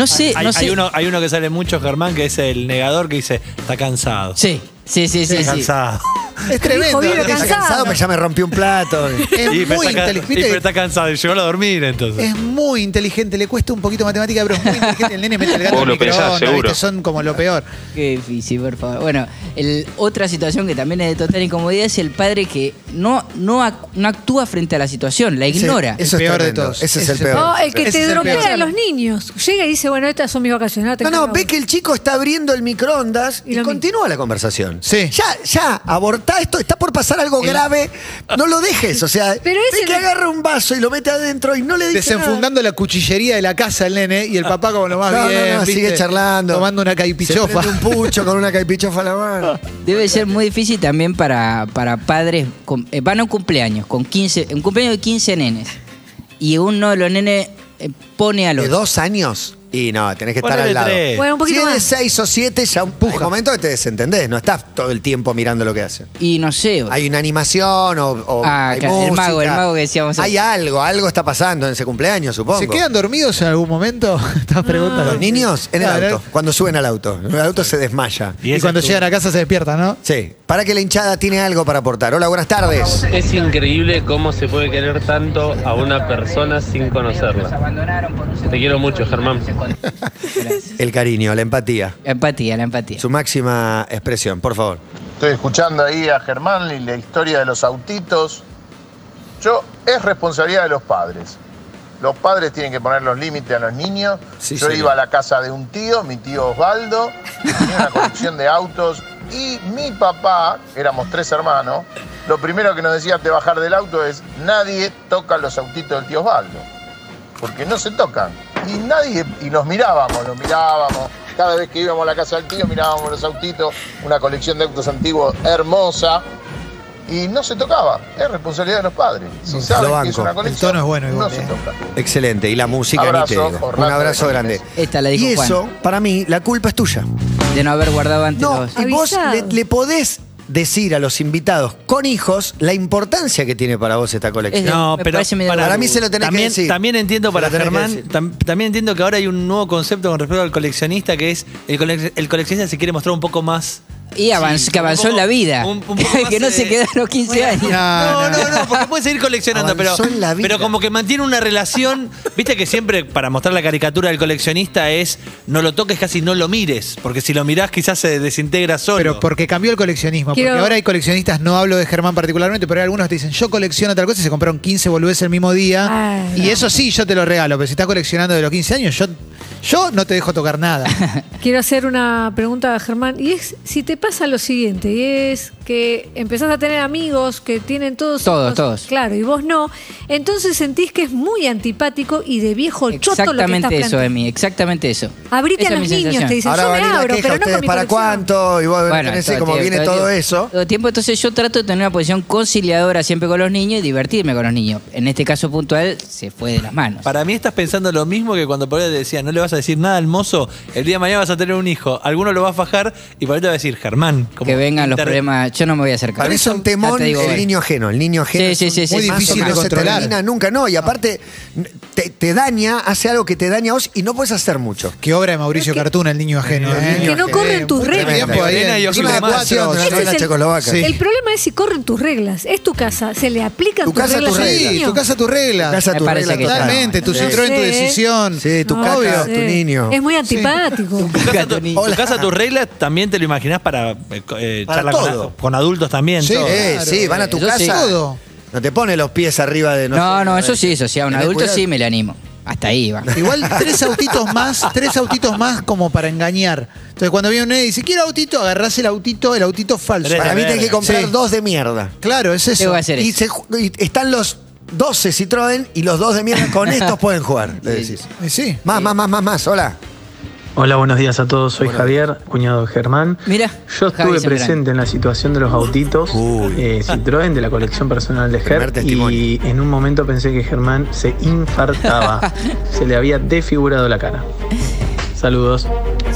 [SPEAKER 3] sé,
[SPEAKER 4] Hay,
[SPEAKER 3] no
[SPEAKER 4] hay
[SPEAKER 3] sé.
[SPEAKER 4] uno, hay uno que sale mucho, Germán, que es el negador que dice, está cansado.
[SPEAKER 3] Sí, sí, sí, sí.
[SPEAKER 4] Está
[SPEAKER 3] sí.
[SPEAKER 4] cansado.
[SPEAKER 5] Es tremendo.
[SPEAKER 6] vive
[SPEAKER 5] lo que
[SPEAKER 2] Está
[SPEAKER 5] saca.
[SPEAKER 2] cansado, me ya me rompió un plato.
[SPEAKER 5] Es
[SPEAKER 4] Y, pero
[SPEAKER 5] muy
[SPEAKER 4] está ca- y, pero
[SPEAKER 5] inteligente.
[SPEAKER 4] está cansado y llegó a dormir entonces.
[SPEAKER 5] Es muy inteligente, le cuesta un poquito matemática, pero es muy inteligente. El nene mete el gato
[SPEAKER 1] Vos
[SPEAKER 5] en el
[SPEAKER 1] lo pensás,
[SPEAKER 5] microondas, ¿viste?
[SPEAKER 1] seguro.
[SPEAKER 5] son como lo peor.
[SPEAKER 3] Qué difícil, por favor. Bueno, el- otra situación que también es de total incomodidad es el padre que no, no, ac- no actúa frente a la situación, la
[SPEAKER 2] Ese-
[SPEAKER 3] ignora.
[SPEAKER 2] Eso
[SPEAKER 5] El
[SPEAKER 2] es
[SPEAKER 5] peor de
[SPEAKER 2] tremendo.
[SPEAKER 5] todos.
[SPEAKER 2] Ese es
[SPEAKER 5] Ese
[SPEAKER 2] el
[SPEAKER 5] es el
[SPEAKER 2] peor.
[SPEAKER 6] No, Oh, el que
[SPEAKER 5] Ese
[SPEAKER 6] te
[SPEAKER 5] es el
[SPEAKER 6] dropea
[SPEAKER 5] peor.
[SPEAKER 6] a los niños. Llega y dice, bueno, estas son mis vacaciones. ahora te
[SPEAKER 2] No, no,
[SPEAKER 6] cargo".
[SPEAKER 2] ve que el chico está abriendo el microondas
[SPEAKER 6] Y
[SPEAKER 2] y,
[SPEAKER 6] lo mismo.
[SPEAKER 2] continúa la conversación.
[SPEAKER 5] Sí.
[SPEAKER 2] Ya, ya, abortá esto, está por pasar algo grave, no lo dejes. O sea,
[SPEAKER 6] Pero
[SPEAKER 2] ve
[SPEAKER 6] ese
[SPEAKER 2] que
[SPEAKER 6] no-
[SPEAKER 2] agarra un vaso y lo mete adentro y no le dice nada.
[SPEAKER 5] Desenfundando la cuchillería de la casa el nene y el papá como lo más
[SPEAKER 2] No, no,
[SPEAKER 5] bien.
[SPEAKER 2] no,
[SPEAKER 5] ¿viste?
[SPEAKER 2] sigue charlando.
[SPEAKER 5] Tomando una
[SPEAKER 2] Se
[SPEAKER 5] caipichofa.
[SPEAKER 2] prende un pucho con una caipichofa a la mano.
[SPEAKER 3] Debe ser muy difícil también para, para padres. con- eh, van a un cumpleaños, con 15, un cumpleaños de 15 nenes. Y uno de los nenes eh, pone a los
[SPEAKER 2] ¿De dos años? Y no, tenés que estar
[SPEAKER 4] Ponele
[SPEAKER 2] al lado.
[SPEAKER 4] tres.
[SPEAKER 6] Bueno, un
[SPEAKER 2] si
[SPEAKER 6] poquito
[SPEAKER 2] es de
[SPEAKER 6] más.
[SPEAKER 2] seis o siete, ya un hay momento que te desentendés. No estás todo el tiempo mirando lo que hacen.
[SPEAKER 3] Y no sé.
[SPEAKER 2] Hay una animación o, o
[SPEAKER 3] Ah,
[SPEAKER 2] hay
[SPEAKER 3] claro, el
[SPEAKER 2] música.
[SPEAKER 3] mago, el mago que decíamos
[SPEAKER 2] Hay algo, algo está pasando en ese cumpleaños, supongo.
[SPEAKER 5] ¿Se quedan dormidos en algún momento? Estas preguntas.
[SPEAKER 2] Los niños en el
[SPEAKER 5] Claro,
[SPEAKER 2] auto, cuando suben al auto. El auto se desmaya.
[SPEAKER 5] Y,
[SPEAKER 4] ese
[SPEAKER 5] cuando
[SPEAKER 4] es tu-
[SPEAKER 5] llegan a casa se despiertan, ¿no?
[SPEAKER 2] Sí, para que la hinchada tiene algo para aportar. Hola, buenas tardes.
[SPEAKER 7] Es increíble cómo se puede querer tanto a una persona sin conocerla. Te quiero mucho, Germán.
[SPEAKER 2] El cariño, la empatía.
[SPEAKER 3] La empatía, la empatía.
[SPEAKER 2] Su máxima expresión, por favor.
[SPEAKER 8] Estoy escuchando ahí a Germán y la historia de los autitos. Yo, es responsabilidad de los padres. Los padres tienen que poner los límites a los niños.
[SPEAKER 2] Sí,
[SPEAKER 8] Yo
[SPEAKER 2] señor.
[SPEAKER 8] iba a la casa de un tío, mi tío Osvaldo, que tenía una colección de autos. Y mi papá, éramos tres hermanos, lo primero que nos decía antes de bajar del auto es: nadie toca los autitos del tío Osvaldo. Porque no se tocan. Y nadie, y nos mirábamos, los mirábamos. Cada vez que íbamos a la casa del tío mirábamos los autitos, una colección de autos antiguos hermosa. Y no se tocaba. Es responsabilidad de los padres. Si
[SPEAKER 2] Lo
[SPEAKER 8] saben que es
[SPEAKER 2] banco.
[SPEAKER 8] una
[SPEAKER 2] El
[SPEAKER 8] colección,
[SPEAKER 5] tono es bueno igual,
[SPEAKER 8] no se
[SPEAKER 5] eh.
[SPEAKER 8] toca.
[SPEAKER 2] Excelente. Y la música,
[SPEAKER 8] Abrazo,
[SPEAKER 2] ni te digo. Un
[SPEAKER 8] Orlando
[SPEAKER 2] abrazo
[SPEAKER 8] de
[SPEAKER 2] grande.
[SPEAKER 8] Jiménez.
[SPEAKER 3] Esta la dijo
[SPEAKER 2] Y eso,
[SPEAKER 3] Juan.
[SPEAKER 2] para mí, la culpa es tuya.
[SPEAKER 3] De no haber guardado antes
[SPEAKER 2] No, ah,
[SPEAKER 3] los-
[SPEAKER 2] y vos
[SPEAKER 6] Avisado.
[SPEAKER 2] le, le podés decir a los invitados con hijos la importancia que tiene para vos esta colección.
[SPEAKER 3] Es-
[SPEAKER 4] No,
[SPEAKER 3] Me
[SPEAKER 4] pero
[SPEAKER 3] parece medio
[SPEAKER 2] Para mí se lo tenés que
[SPEAKER 4] también,
[SPEAKER 2] decir.
[SPEAKER 4] También entiendo
[SPEAKER 2] Se
[SPEAKER 4] para
[SPEAKER 2] lo tenés que
[SPEAKER 4] Germán,
[SPEAKER 2] decir.
[SPEAKER 4] tam- también entiendo que ahora hay un nuevo concepto con respecto al coleccionista que es el, colec- el coleccionista se quiere mostrar un poco más.
[SPEAKER 3] Y avanz-
[SPEAKER 4] Sí,
[SPEAKER 3] que avanzó
[SPEAKER 4] un
[SPEAKER 3] en la
[SPEAKER 4] poco-
[SPEAKER 3] vida.
[SPEAKER 4] un- un poco más,
[SPEAKER 3] que no se
[SPEAKER 4] eh,
[SPEAKER 3] quedaron 15 años.
[SPEAKER 4] No, no, no, porque puede seguir coleccionando, pero,
[SPEAKER 2] Avanzó en la vida.
[SPEAKER 4] pero como que mantiene una relación. Viste que siempre, para mostrar la caricatura del coleccionista, es no lo toques, casi no lo mires, porque si lo mirás, quizás se desintegra solo.
[SPEAKER 5] Pero porque cambió el coleccionismo.
[SPEAKER 6] Quiero-
[SPEAKER 5] Porque ahora hay coleccionistas, no hablo de Germán particularmente, pero hay algunos que te dicen, yo colecciono tal cosa y se compraron 15 boludeces el mismo día.
[SPEAKER 6] Ay,
[SPEAKER 5] y
[SPEAKER 6] no.
[SPEAKER 5] eso sí, yo te lo regalo, pero si estás coleccionando de los 15 años, yo, yo no te dejo tocar nada.
[SPEAKER 6] Quiero hacer una pregunta a Germán, y es si te pasa lo siguiente, y es que empezás a tener amigos que tienen todos...
[SPEAKER 3] Todos,
[SPEAKER 6] hijos,
[SPEAKER 3] todos.
[SPEAKER 6] Claro, y vos no, entonces sentís que es muy antipático y de viejo choto lo que estás
[SPEAKER 3] Exactamente eso,
[SPEAKER 6] planteando.
[SPEAKER 3] Emi, exactamente eso.
[SPEAKER 6] Abrite
[SPEAKER 3] Esa
[SPEAKER 6] a
[SPEAKER 3] es
[SPEAKER 6] los
[SPEAKER 3] mi
[SPEAKER 6] niños,
[SPEAKER 3] sensación.
[SPEAKER 6] te dicen,
[SPEAKER 2] Ahora
[SPEAKER 6] yo
[SPEAKER 2] va a
[SPEAKER 6] me
[SPEAKER 2] venir la
[SPEAKER 6] abro,
[SPEAKER 2] queja,
[SPEAKER 6] pero no con
[SPEAKER 2] ¿ustedes
[SPEAKER 6] mi
[SPEAKER 2] para
[SPEAKER 6] colección.
[SPEAKER 2] cuánto? Y vos
[SPEAKER 3] Bueno,
[SPEAKER 2] tenés
[SPEAKER 3] todo el
[SPEAKER 2] como
[SPEAKER 3] tiempo,
[SPEAKER 2] viene
[SPEAKER 3] todo el
[SPEAKER 2] todo
[SPEAKER 3] tiempo.
[SPEAKER 2] eso.
[SPEAKER 3] Todo el tiempo, entonces yo trato de tener una posición conciliadora siempre con los niños y divertirme con los niños. En este caso puntual se fue de las manos.
[SPEAKER 4] Para mí estás pensando lo mismo que cuando por ahí te decían, no le vas a decir nada al mozo, el día de mañana vas a tener un hijo, alguno lo va a fajar y para él te va a decir, Germán. como
[SPEAKER 3] que vengan los
[SPEAKER 4] inter-
[SPEAKER 3] problemas. Yo no me voy a acercar.
[SPEAKER 2] Para mí es un
[SPEAKER 3] Ya te
[SPEAKER 2] temón
[SPEAKER 3] digo,
[SPEAKER 2] el
[SPEAKER 3] eh.
[SPEAKER 2] niño ajeno. El niño ajeno
[SPEAKER 3] Sí,
[SPEAKER 2] es
[SPEAKER 3] sí,
[SPEAKER 2] un-
[SPEAKER 3] sí, sí,
[SPEAKER 2] muy
[SPEAKER 3] sí,
[SPEAKER 2] difícil,
[SPEAKER 3] más
[SPEAKER 2] no
[SPEAKER 3] o
[SPEAKER 2] se
[SPEAKER 5] controlar.
[SPEAKER 2] termina nunca, no. Y aparte, te, te daña, hace algo que te daña a vos y no puedes hacer mucho.
[SPEAKER 5] Qué obra de Mauricio Cartuna, el niño ajeno.
[SPEAKER 2] El
[SPEAKER 5] ¿eh?
[SPEAKER 2] niño
[SPEAKER 6] Que no ajeno. corren tus
[SPEAKER 5] Mucho
[SPEAKER 6] reglas.
[SPEAKER 5] tiempo ahí,
[SPEAKER 4] Elena y
[SPEAKER 5] encima
[SPEAKER 4] Oscar
[SPEAKER 5] de
[SPEAKER 4] Más.
[SPEAKER 5] cuatro,
[SPEAKER 2] Ese
[SPEAKER 5] ¿no?
[SPEAKER 2] es
[SPEAKER 5] la
[SPEAKER 2] el- Checoslovaca.
[SPEAKER 5] Sí.
[SPEAKER 6] El problema es si corren tus reglas. Es tu casa. Se le aplican
[SPEAKER 2] Tu
[SPEAKER 6] tus
[SPEAKER 2] casa,
[SPEAKER 6] reglas
[SPEAKER 2] tus
[SPEAKER 6] al
[SPEAKER 2] reglas.
[SPEAKER 5] Sí,
[SPEAKER 6] niño.
[SPEAKER 5] tu casa, tu regla.
[SPEAKER 2] Tu casa,
[SPEAKER 3] Me
[SPEAKER 2] tu
[SPEAKER 3] parece
[SPEAKER 2] regla.
[SPEAKER 3] que
[SPEAKER 2] total.
[SPEAKER 5] Totalmente, tu
[SPEAKER 2] Sí.
[SPEAKER 5] centro en tu
[SPEAKER 6] Sí.
[SPEAKER 5] decisión.
[SPEAKER 2] Sí, eh, tu
[SPEAKER 6] No,
[SPEAKER 2] caca,
[SPEAKER 6] sí.
[SPEAKER 2] tu niño.
[SPEAKER 6] Es muy antipático.
[SPEAKER 4] Tu casa, tu,
[SPEAKER 3] Gatonito.
[SPEAKER 4] tu casa, tus reglas, también te lo imaginás para, eh, co- eh,
[SPEAKER 2] Para
[SPEAKER 4] charla con,
[SPEAKER 2] todo.
[SPEAKER 4] a- con adultos también.
[SPEAKER 5] Sí.
[SPEAKER 4] todo.
[SPEAKER 2] Eh,
[SPEAKER 5] Claro.
[SPEAKER 2] sí, van a tu
[SPEAKER 3] Eso
[SPEAKER 2] casa.
[SPEAKER 3] sí.
[SPEAKER 5] Todo.
[SPEAKER 2] No te pone los pies arriba de
[SPEAKER 3] No,
[SPEAKER 2] sé,
[SPEAKER 3] no,
[SPEAKER 2] a
[SPEAKER 3] eso
[SPEAKER 2] ver.
[SPEAKER 3] sí, eso sí. A un
[SPEAKER 2] Tenés
[SPEAKER 3] adulto
[SPEAKER 2] cuidado.
[SPEAKER 3] sí me le animo. Hasta ahí va.
[SPEAKER 5] Igual tres autitos más, tres autitos más como para engañar. Entonces cuando viene un nene y dice, quiero autito, agarrás el autito, el autito falso.
[SPEAKER 4] Tres.
[SPEAKER 2] Para mí tenés que comprar
[SPEAKER 5] Sí.
[SPEAKER 2] dos de mierda.
[SPEAKER 5] Claro, es eso.
[SPEAKER 3] Tengo que hacer
[SPEAKER 2] Y,
[SPEAKER 3] eso.
[SPEAKER 2] se ju- y están los 12 Citroën y los dos de mierda. Con estos pueden jugar, le
[SPEAKER 3] Sí.
[SPEAKER 2] decís.
[SPEAKER 5] Y sí.
[SPEAKER 2] Más, más, más, más, más. Hola.
[SPEAKER 1] Hola, buenos días a todos. Soy
[SPEAKER 2] Buenos
[SPEAKER 1] Javier, cuñado de Germán.
[SPEAKER 3] Mira,
[SPEAKER 1] Yo
[SPEAKER 3] Javi
[SPEAKER 1] estuve
[SPEAKER 3] Zambrano.
[SPEAKER 1] presente en la situación de los autitos
[SPEAKER 2] Uy.
[SPEAKER 1] eh, Citroën de la colección personal de
[SPEAKER 2] Primer
[SPEAKER 1] Ger y
[SPEAKER 2] testimonio.
[SPEAKER 1] en un momento pensé que Germán se infartaba. se le había desfigurado la cara. Saludos.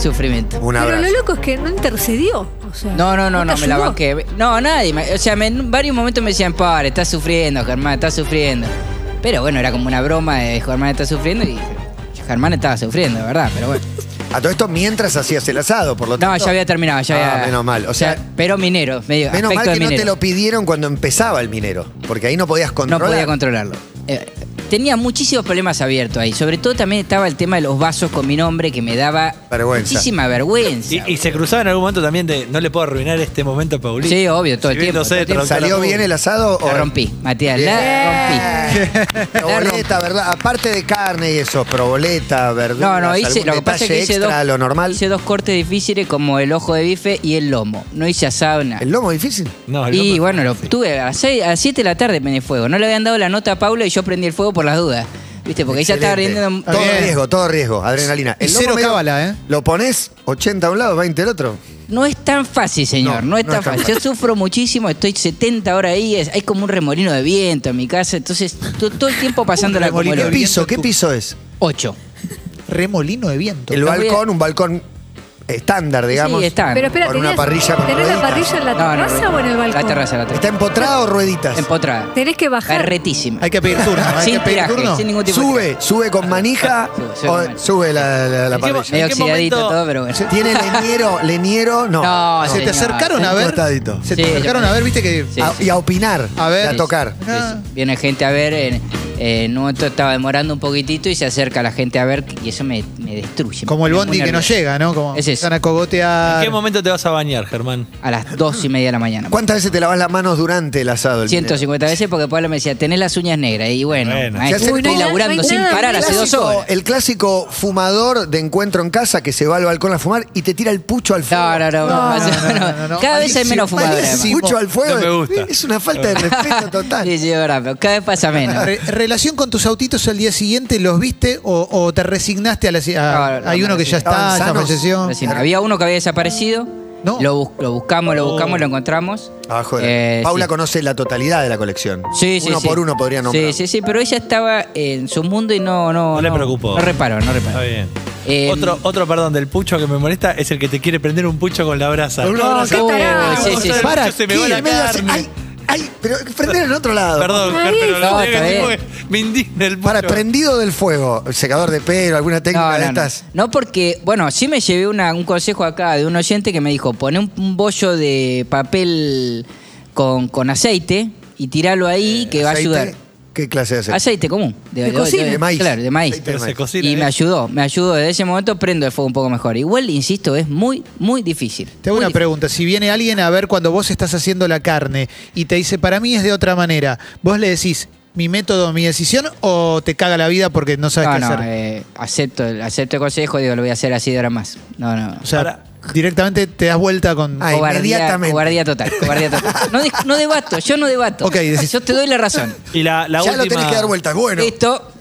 [SPEAKER 3] Sufrimiento.
[SPEAKER 2] Un
[SPEAKER 6] Pero
[SPEAKER 2] abrazo.
[SPEAKER 6] lo loco es que no intercedió. O sea,
[SPEAKER 3] No, no, no,
[SPEAKER 6] te
[SPEAKER 3] no, me la
[SPEAKER 6] ayudó.
[SPEAKER 3] banqué. No, nadie. me- o sea, me- en varios momentos me decían, padre, estás sufriendo, Germán, estás sufriendo. Pero bueno, era como una broma de Germán está sufriendo y Germán estaba sufriendo, de verdad, pero bueno.
[SPEAKER 2] A todo esto mientras hacías el asado, por lo
[SPEAKER 3] No,
[SPEAKER 2] tanto.
[SPEAKER 3] ya había terminado, ya
[SPEAKER 2] Ah,
[SPEAKER 3] había.
[SPEAKER 2] menos mal. O sea,
[SPEAKER 3] pero minero, medio.
[SPEAKER 2] menos mal
[SPEAKER 3] aspecto
[SPEAKER 2] que
[SPEAKER 3] de
[SPEAKER 2] no te
[SPEAKER 3] minero.
[SPEAKER 2] lo pidieron cuando empezaba el minero. Porque ahí no podías
[SPEAKER 3] No
[SPEAKER 2] controlar.
[SPEAKER 3] podía controlarlo. Eh, tenía muchísimos problemas abiertos ahí. Sobre todo también estaba el tema de los vasos con mi nombre que me daba
[SPEAKER 2] Vergüenza.
[SPEAKER 3] muchísima vergüenza.
[SPEAKER 4] Y, y se cruzaba en algún momento también de no le puedo arruinar este momento a Paulina.
[SPEAKER 3] Sí, obvio, todo el tiempo, todo el tiempo.
[SPEAKER 2] ¿Salió bien el asado?
[SPEAKER 3] La rompí, Matías, la rompí.
[SPEAKER 2] La boleta, ¿verdad? Aparte de carne y eso, proboleta,
[SPEAKER 3] No,
[SPEAKER 2] verdura.
[SPEAKER 3] no, hice, lo que pasa es que hice dos,
[SPEAKER 2] lo normal.
[SPEAKER 3] hice dos cortes difíciles como el ojo de bife y el lomo. No hice asado nada.
[SPEAKER 2] El lomo difícil.
[SPEAKER 4] No, Ah, el
[SPEAKER 3] y
[SPEAKER 4] loco-
[SPEAKER 3] bueno, lo obtuve a las 7 de la tarde prendí el fuego. No le habían dado la nota a Paula y yo prendí el fuego por las dudas. ¿Viste? Porque ella estaba
[SPEAKER 2] Excelente.
[SPEAKER 3] rindiendo.
[SPEAKER 2] Todo
[SPEAKER 5] Bien.
[SPEAKER 2] riesgo, todo riesgo, adrenalina.
[SPEAKER 5] Y cero
[SPEAKER 2] medio-
[SPEAKER 5] cábala, ¿eh?
[SPEAKER 2] Lo pones 80 a un lado, 20 al otro.
[SPEAKER 3] No es tan fácil, señor. No,
[SPEAKER 2] No,
[SPEAKER 3] es tan fácil. Yo sufro muchísimo, estoy 70 horas ahí, es- hay como un remolino de viento en mi casa. Entonces, to- todo el tiempo pasándola como
[SPEAKER 5] remolino
[SPEAKER 3] el
[SPEAKER 2] ¿Qué
[SPEAKER 5] Lo
[SPEAKER 3] orto.
[SPEAKER 5] de
[SPEAKER 2] piso?
[SPEAKER 5] oriento
[SPEAKER 2] ¿Qué
[SPEAKER 5] tú.
[SPEAKER 2] piso es?
[SPEAKER 3] Ocho.
[SPEAKER 5] Remolino de viento.
[SPEAKER 2] El
[SPEAKER 3] Lo voy a-
[SPEAKER 2] balcón, un balcón estándar, digamos.
[SPEAKER 3] Sí, está.
[SPEAKER 6] Pero espera,
[SPEAKER 2] Con una
[SPEAKER 6] ¿tenés,
[SPEAKER 2] parrilla con
[SPEAKER 6] ¿tenés la
[SPEAKER 2] rueditas.
[SPEAKER 6] parrilla en la
[SPEAKER 3] No, no,
[SPEAKER 6] terraza
[SPEAKER 3] no.
[SPEAKER 6] o en el balcón?
[SPEAKER 3] La terraza, la
[SPEAKER 2] ¿Está
[SPEAKER 3] terraza.
[SPEAKER 2] empotrada o rueditas?
[SPEAKER 3] Empotrada.
[SPEAKER 6] Tenés que bajar.
[SPEAKER 3] Carretísima.
[SPEAKER 5] Hay que pedir turno, hay
[SPEAKER 3] sin
[SPEAKER 5] que pedir
[SPEAKER 3] tiraje,
[SPEAKER 5] turno.
[SPEAKER 3] sin ningún tipo de
[SPEAKER 2] Sube, sube con manija
[SPEAKER 3] Sube, sube
[SPEAKER 2] o
[SPEAKER 3] con manija.
[SPEAKER 2] sube la, la- la
[SPEAKER 4] ¿En qué mo-
[SPEAKER 2] parrilla.
[SPEAKER 3] Medio
[SPEAKER 4] ¿En qué
[SPEAKER 3] oxidadito
[SPEAKER 4] momento-
[SPEAKER 3] todo, pero bueno.
[SPEAKER 2] ¿Tiene leñero? ¿Leñero? No.
[SPEAKER 3] No,
[SPEAKER 5] Se te
[SPEAKER 3] señor.
[SPEAKER 5] acercaron a
[SPEAKER 2] Un
[SPEAKER 5] ver.
[SPEAKER 2] costadito.
[SPEAKER 5] Se
[SPEAKER 3] Sí,
[SPEAKER 5] te
[SPEAKER 3] yo
[SPEAKER 5] acercaron a ver, viste que.
[SPEAKER 3] Sí,
[SPEAKER 2] A-
[SPEAKER 3] sí.
[SPEAKER 2] Y a opinar,
[SPEAKER 5] A ver.
[SPEAKER 2] y a tocar.
[SPEAKER 3] Sí, sí. Viene gente a ver, en, en un momento estaba demorando un poquitito y se acerca la gente a ver y eso me, me destruye.
[SPEAKER 5] Como el
[SPEAKER 3] Me pone
[SPEAKER 5] bondi
[SPEAKER 3] muy
[SPEAKER 5] que no
[SPEAKER 3] nervioso.
[SPEAKER 5] llega, ¿no? Como
[SPEAKER 3] Es eso.
[SPEAKER 5] empiezan a
[SPEAKER 4] ¿En
[SPEAKER 5] cogotear.
[SPEAKER 4] qué momento te vas a bañar, Germán?
[SPEAKER 3] A las dos y media de la mañana.
[SPEAKER 2] ¿Cuántas veces te lavas las manos durante el asado? el
[SPEAKER 3] 150 veces porque Pablo me decía, tenés las uñas negras. Y bueno,
[SPEAKER 4] Bueno.
[SPEAKER 3] maestro,
[SPEAKER 2] Se hace
[SPEAKER 3] estoy
[SPEAKER 2] todo-
[SPEAKER 3] laburando
[SPEAKER 6] No hay
[SPEAKER 3] sin
[SPEAKER 6] nada,
[SPEAKER 3] parar
[SPEAKER 6] no hay
[SPEAKER 3] hace dos
[SPEAKER 2] clásico-
[SPEAKER 3] horas.
[SPEAKER 2] El clásico fumador de encuentro en casa que se va al balcón a fumar y te tira el pucho al fuego.
[SPEAKER 3] No, no, no.
[SPEAKER 5] No,
[SPEAKER 3] no,
[SPEAKER 5] no, no, no, no.
[SPEAKER 3] Cada vez hay
[SPEAKER 5] Malísimo,
[SPEAKER 3] menos fumadores.
[SPEAKER 2] Malísimo.
[SPEAKER 3] además.
[SPEAKER 5] además.
[SPEAKER 2] Pucho al fuego
[SPEAKER 4] No me gusta.
[SPEAKER 2] es una falta de respeto total.
[SPEAKER 3] Sí, sí, es verdad, pero cada vez pasa menos.
[SPEAKER 5] Re- relación con tus autitos al día siguiente, ¿los viste o, o te resignaste a la... a-
[SPEAKER 3] No, no,
[SPEAKER 5] hay
[SPEAKER 3] no,
[SPEAKER 5] uno que ya está,
[SPEAKER 2] estaban
[SPEAKER 5] ya
[SPEAKER 2] sanos.
[SPEAKER 5] falleció.
[SPEAKER 3] Recién, había uno que había desaparecido.
[SPEAKER 5] No.
[SPEAKER 3] Lo, bus- lo buscamos, lo buscamos, lo encontramos.
[SPEAKER 2] Oh. Ah, joder.
[SPEAKER 3] Eh,
[SPEAKER 2] Paula
[SPEAKER 3] sí.
[SPEAKER 2] conoce la totalidad de la colección.
[SPEAKER 3] Sí, sí,
[SPEAKER 2] uno
[SPEAKER 3] sí.
[SPEAKER 2] por uno podría nombrar.
[SPEAKER 3] Sí, sí, sí, pero ella estaba en su mundo y no. No,
[SPEAKER 4] No le preocupó.
[SPEAKER 3] No reparó, no reparó.
[SPEAKER 4] Está bien.
[SPEAKER 3] Eh,
[SPEAKER 4] otro, otro, perdón, del pucho que me molesta es el que te quiere prender un pucho con la brasa.
[SPEAKER 3] No, qué tarado. Sí, sí, sí.
[SPEAKER 4] Para, se me va la
[SPEAKER 2] Y medio hace-
[SPEAKER 4] carne.
[SPEAKER 2] ay, ay, pero prender en otro lado.
[SPEAKER 4] Perdón,
[SPEAKER 6] Está
[SPEAKER 4] Ger, pero
[SPEAKER 3] bien.
[SPEAKER 4] lo
[SPEAKER 3] No,
[SPEAKER 4] tengo
[SPEAKER 3] está
[SPEAKER 4] que decir
[SPEAKER 3] bien.
[SPEAKER 4] porque me indigna el pucho.
[SPEAKER 2] Para prendido del fuego, secador de pelo, alguna técnica
[SPEAKER 3] no,
[SPEAKER 2] de
[SPEAKER 3] no, no.
[SPEAKER 2] estas.
[SPEAKER 3] No, porque, bueno, sí me llevé una- un consejo acá de un oyente que me dijo, poné un, un bollo de papel con, con aceite y tiralo ahí que va a
[SPEAKER 2] ¿Aceite?
[SPEAKER 3] ayudar.
[SPEAKER 2] ¿Qué clase de aceite?
[SPEAKER 3] Aceite común. De,
[SPEAKER 6] cocina.
[SPEAKER 2] De maíz.
[SPEAKER 3] Claro, de maíz.
[SPEAKER 2] Aceite
[SPEAKER 4] Pero se cocina.
[SPEAKER 3] Y me
[SPEAKER 4] ¿eh?
[SPEAKER 3] ayudó, me ayudó. Desde ese momento prendo el fuego un poco mejor. Igual, insisto, es muy, muy difícil.
[SPEAKER 5] Te hago
[SPEAKER 3] Muy
[SPEAKER 5] una
[SPEAKER 3] difícil.
[SPEAKER 5] pregunta. Si viene alguien a ver cuando vos estás haciendo la carne y te dice, para mí es de otra manera, ¿vos le decís mi método, mi decisión o te caga la vida porque no sabes
[SPEAKER 3] No,
[SPEAKER 5] qué
[SPEAKER 3] no,
[SPEAKER 5] hacer?
[SPEAKER 3] eh, acepto, el- acepto el consejo, digo, lo voy a hacer así de ahora más. No, no.
[SPEAKER 5] o sea,
[SPEAKER 4] Para.
[SPEAKER 5] directamente te das vuelta con...
[SPEAKER 2] Ah,
[SPEAKER 3] Cobardía,
[SPEAKER 2] inmediatamente.
[SPEAKER 3] cobardía total, cobardía total. No, dis- no debato, yo no debato.
[SPEAKER 5] Ok, decís-
[SPEAKER 3] Yo te doy la razón.
[SPEAKER 4] Y la, la
[SPEAKER 2] ya
[SPEAKER 4] última,
[SPEAKER 2] lo tenés que dar vueltas. Bueno,
[SPEAKER 3] Listo,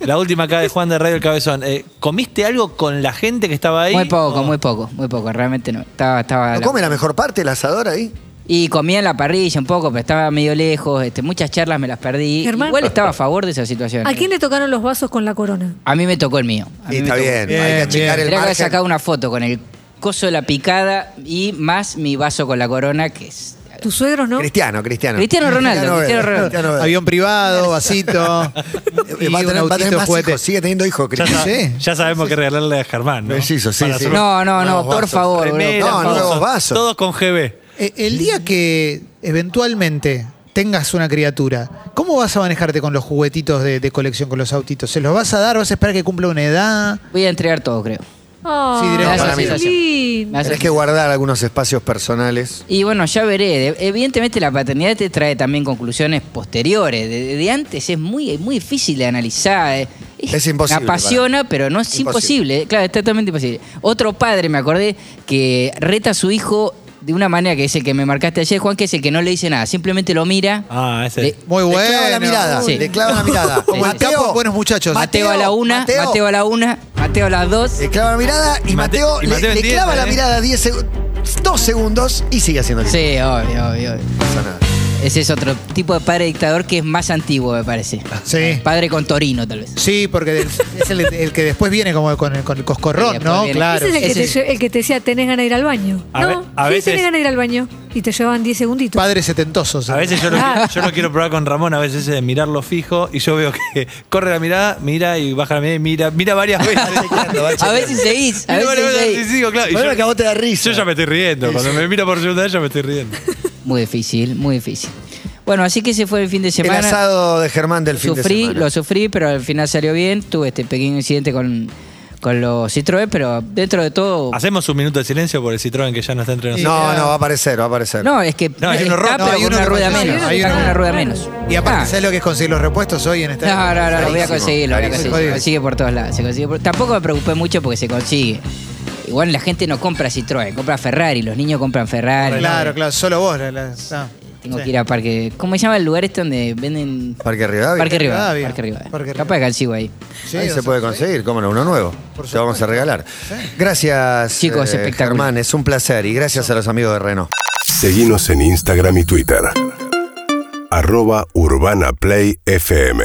[SPEAKER 4] La última acá de Juan de Radio El Cabezón. Eh, ¿Comiste algo con la gente que estaba ahí?
[SPEAKER 3] Muy poco,
[SPEAKER 4] ¿O-
[SPEAKER 3] muy poco, muy poco. Realmente no. Estaba, estaba.
[SPEAKER 2] ¿no
[SPEAKER 3] la-
[SPEAKER 2] come la mejor parte el asador ahí?
[SPEAKER 3] Y comía en la parrilla un poco, pero estaba medio lejos. Este, muchas charlas me las perdí.
[SPEAKER 6] Germán.
[SPEAKER 3] Igual estaba a favor de esa situación. ¿eh?
[SPEAKER 6] ¿A quién le tocaron los vasos con la corona?
[SPEAKER 3] A mí me tocó el mío. A mí
[SPEAKER 2] Y
[SPEAKER 3] me
[SPEAKER 2] está
[SPEAKER 3] tocó.
[SPEAKER 2] bien, hay que
[SPEAKER 5] Bien,
[SPEAKER 2] achicar
[SPEAKER 5] bien.
[SPEAKER 2] el
[SPEAKER 3] Creo que había
[SPEAKER 2] margen.
[SPEAKER 3] sacado una foto con el coso de la picada y más mi vaso con la corona, que es.
[SPEAKER 6] ¿Tus suegros no?
[SPEAKER 2] Cristiano, Cristiano.
[SPEAKER 3] Cristiano Ronaldo, Cristiano
[SPEAKER 2] Vélez,
[SPEAKER 3] Ronaldo.
[SPEAKER 2] Cristiano Vélez.
[SPEAKER 5] Avión privado, vasito. y
[SPEAKER 2] va a tener,
[SPEAKER 5] un
[SPEAKER 2] va a tener
[SPEAKER 5] autito
[SPEAKER 2] más
[SPEAKER 5] fuerte.
[SPEAKER 2] hijos, sigue teniendo hijos,
[SPEAKER 4] Ya,
[SPEAKER 2] Cristiano.
[SPEAKER 4] sa-
[SPEAKER 5] Sí.
[SPEAKER 4] ya sabemos que regalarle a Germán, ¿no?
[SPEAKER 2] Mellizo, sí,
[SPEAKER 4] Para
[SPEAKER 2] sí.
[SPEAKER 4] su-
[SPEAKER 3] No, no, no,
[SPEAKER 2] Nuevos
[SPEAKER 3] por
[SPEAKER 2] vasos.
[SPEAKER 3] favor, boludo, por
[SPEAKER 4] Remeras,
[SPEAKER 2] No,
[SPEAKER 3] favor.
[SPEAKER 2] nuevos vasos.
[SPEAKER 4] Todos con GB.
[SPEAKER 5] Eh, El día que eventualmente tengas una criatura, ¿cómo vas a manejarte con los juguetitos de, de colección, con los autitos? ¿Se los vas a dar? ¿Vas a esperar que cumpla una edad?
[SPEAKER 3] Voy a entregar todo, creo.
[SPEAKER 6] Ah,
[SPEAKER 5] Sí, directo.
[SPEAKER 2] No, para mí
[SPEAKER 6] qué
[SPEAKER 2] no.
[SPEAKER 6] lindo.
[SPEAKER 3] Me hace-
[SPEAKER 2] Tenés que guardar algunos espacios personales.
[SPEAKER 3] Y bueno, ya veré. De- Evidentemente la paternidad te trae también conclusiones posteriores. De, de antes es muy, muy difícil de analizar. eh.
[SPEAKER 2] Es imposible,
[SPEAKER 3] Me apasiona, pero no es
[SPEAKER 2] Imposible.
[SPEAKER 3] imposible. eh. Claro, es totalmente imposible. Otro padre, me acordé, que reta a su hijo de una manera que es el que me marcaste ayer, Juan, que es el que no le dice nada. Simplemente lo mira.
[SPEAKER 4] Ah, ese.
[SPEAKER 3] le-
[SPEAKER 5] Muy
[SPEAKER 2] Le
[SPEAKER 5] bueno.
[SPEAKER 2] clava la mirada,
[SPEAKER 3] Sí.
[SPEAKER 2] le clava la mirada.
[SPEAKER 3] Sí, sí.
[SPEAKER 5] Capo, buenos muchachos.
[SPEAKER 3] Mateo, a la una, Mateo. a la una, Mateo a las dos.
[SPEAKER 2] Le clava la mirada y
[SPEAKER 4] Y Mateo-
[SPEAKER 2] Mateo,
[SPEAKER 4] y
[SPEAKER 2] le-
[SPEAKER 4] Mateo
[SPEAKER 2] le,
[SPEAKER 4] entiende,
[SPEAKER 2] clava la
[SPEAKER 4] ¿eh?
[SPEAKER 2] mirada 10 segundos, 2 segundos y sigue haciendo el
[SPEAKER 3] Sí, obvio, obvio. obvio.
[SPEAKER 2] pasa nada.
[SPEAKER 3] Ese es otro tipo de padre dictador que es más antiguo, me parece.
[SPEAKER 5] Sí.
[SPEAKER 3] Padre con Torino, tal vez.
[SPEAKER 5] Sí, porque del- es el, el que después viene como con el, con el
[SPEAKER 3] Sí,
[SPEAKER 5] coscorrón,
[SPEAKER 3] después
[SPEAKER 5] ¿no?
[SPEAKER 3] viene.
[SPEAKER 5] Claro.
[SPEAKER 6] Ese es el que,
[SPEAKER 3] Ese
[SPEAKER 6] te,
[SPEAKER 3] es-
[SPEAKER 6] lle- el que te decía, tenés ganas de ir al baño.
[SPEAKER 4] A
[SPEAKER 6] no,
[SPEAKER 4] ve- a
[SPEAKER 6] sí,
[SPEAKER 4] veces-
[SPEAKER 6] tenés ganas de ir al baño. Y te llevaban 10 segunditos.
[SPEAKER 5] Padres setentosos.
[SPEAKER 4] A veces yo lo,
[SPEAKER 3] Ah.
[SPEAKER 4] qui- yo lo quiero probar con Ramón, a veces de mirarlo fijo y yo veo que corre la mirada, mira y baja la mirada y mira, mira varias veces.
[SPEAKER 3] A veces seguís, a
[SPEAKER 4] Mira varias
[SPEAKER 3] veces
[SPEAKER 4] veces y
[SPEAKER 3] seguís.
[SPEAKER 4] sigo, claro, y
[SPEAKER 2] Bueno,
[SPEAKER 4] yo-
[SPEAKER 2] que a vos te da risa.
[SPEAKER 4] Yo ya me estoy riendo. Cuando me miro por segunda vez ya me estoy riendo.
[SPEAKER 3] Muy difícil, muy difícil. Bueno, así que ese fue el fin de
[SPEAKER 2] El
[SPEAKER 3] semana.
[SPEAKER 2] asado de Germán del fin de
[SPEAKER 3] sufrí,
[SPEAKER 2] semana.
[SPEAKER 3] lo sufrí, pero al final salió bien. Tuve este pequeño incidente con, con los Citroën, pero dentro de todo.
[SPEAKER 2] Oh.
[SPEAKER 4] Hacemos un minuto de silencio por el Citroën que ya no está entre nosotros.
[SPEAKER 2] No, no, va a aparecer, va a aparecer.
[SPEAKER 3] No, es que
[SPEAKER 4] No, hay
[SPEAKER 3] está,
[SPEAKER 4] uno roto,
[SPEAKER 3] pero
[SPEAKER 5] hay
[SPEAKER 3] con
[SPEAKER 5] uno
[SPEAKER 3] una
[SPEAKER 5] roto,
[SPEAKER 3] rueda
[SPEAKER 5] sí,
[SPEAKER 3] menos.
[SPEAKER 5] hay
[SPEAKER 3] está con
[SPEAKER 5] uno
[SPEAKER 3] una rueda
[SPEAKER 6] roto.
[SPEAKER 3] menos.
[SPEAKER 5] Y aparte,
[SPEAKER 3] Ah.
[SPEAKER 5] ¿sabes lo que es conseguir los repuestos hoy en esta
[SPEAKER 3] No, no, no, lo voy a
[SPEAKER 2] Rarísimo,
[SPEAKER 3] conseguir, lo voy a
[SPEAKER 2] rarísimo.
[SPEAKER 3] conseguir. Se consigue por todos lados. se consigue por- Tampoco me preocupé mucho porque se consigue. Igual la gente no compra Citroën, compra Ferrari, los niños compran Ferrari.
[SPEAKER 5] Claro, claro, solo vos. la- la- ah,
[SPEAKER 3] Tengo
[SPEAKER 5] sí.
[SPEAKER 3] que ir a Parque. ¿Cómo se llama el lugar este donde venden.
[SPEAKER 2] Parque Rivadavia.
[SPEAKER 3] Parque Rivadavia.
[SPEAKER 5] Rivadavia.
[SPEAKER 3] Parque Rivadavia.
[SPEAKER 5] Parque Rivadavia.
[SPEAKER 3] Capaz que sigo ahí.
[SPEAKER 5] Sí,
[SPEAKER 2] Ahí
[SPEAKER 5] o
[SPEAKER 2] se
[SPEAKER 5] sea,
[SPEAKER 2] puede conseguir, cómo no, uno nuevo. Te vamos a regalar. Gracias, eh,
[SPEAKER 3] Chicos, espectacular.
[SPEAKER 2] Germán, es un placer. Y gracias a los amigos de Renault.
[SPEAKER 9] Seguimos en Instagram y Twitter. Arroba Urbana Play FM.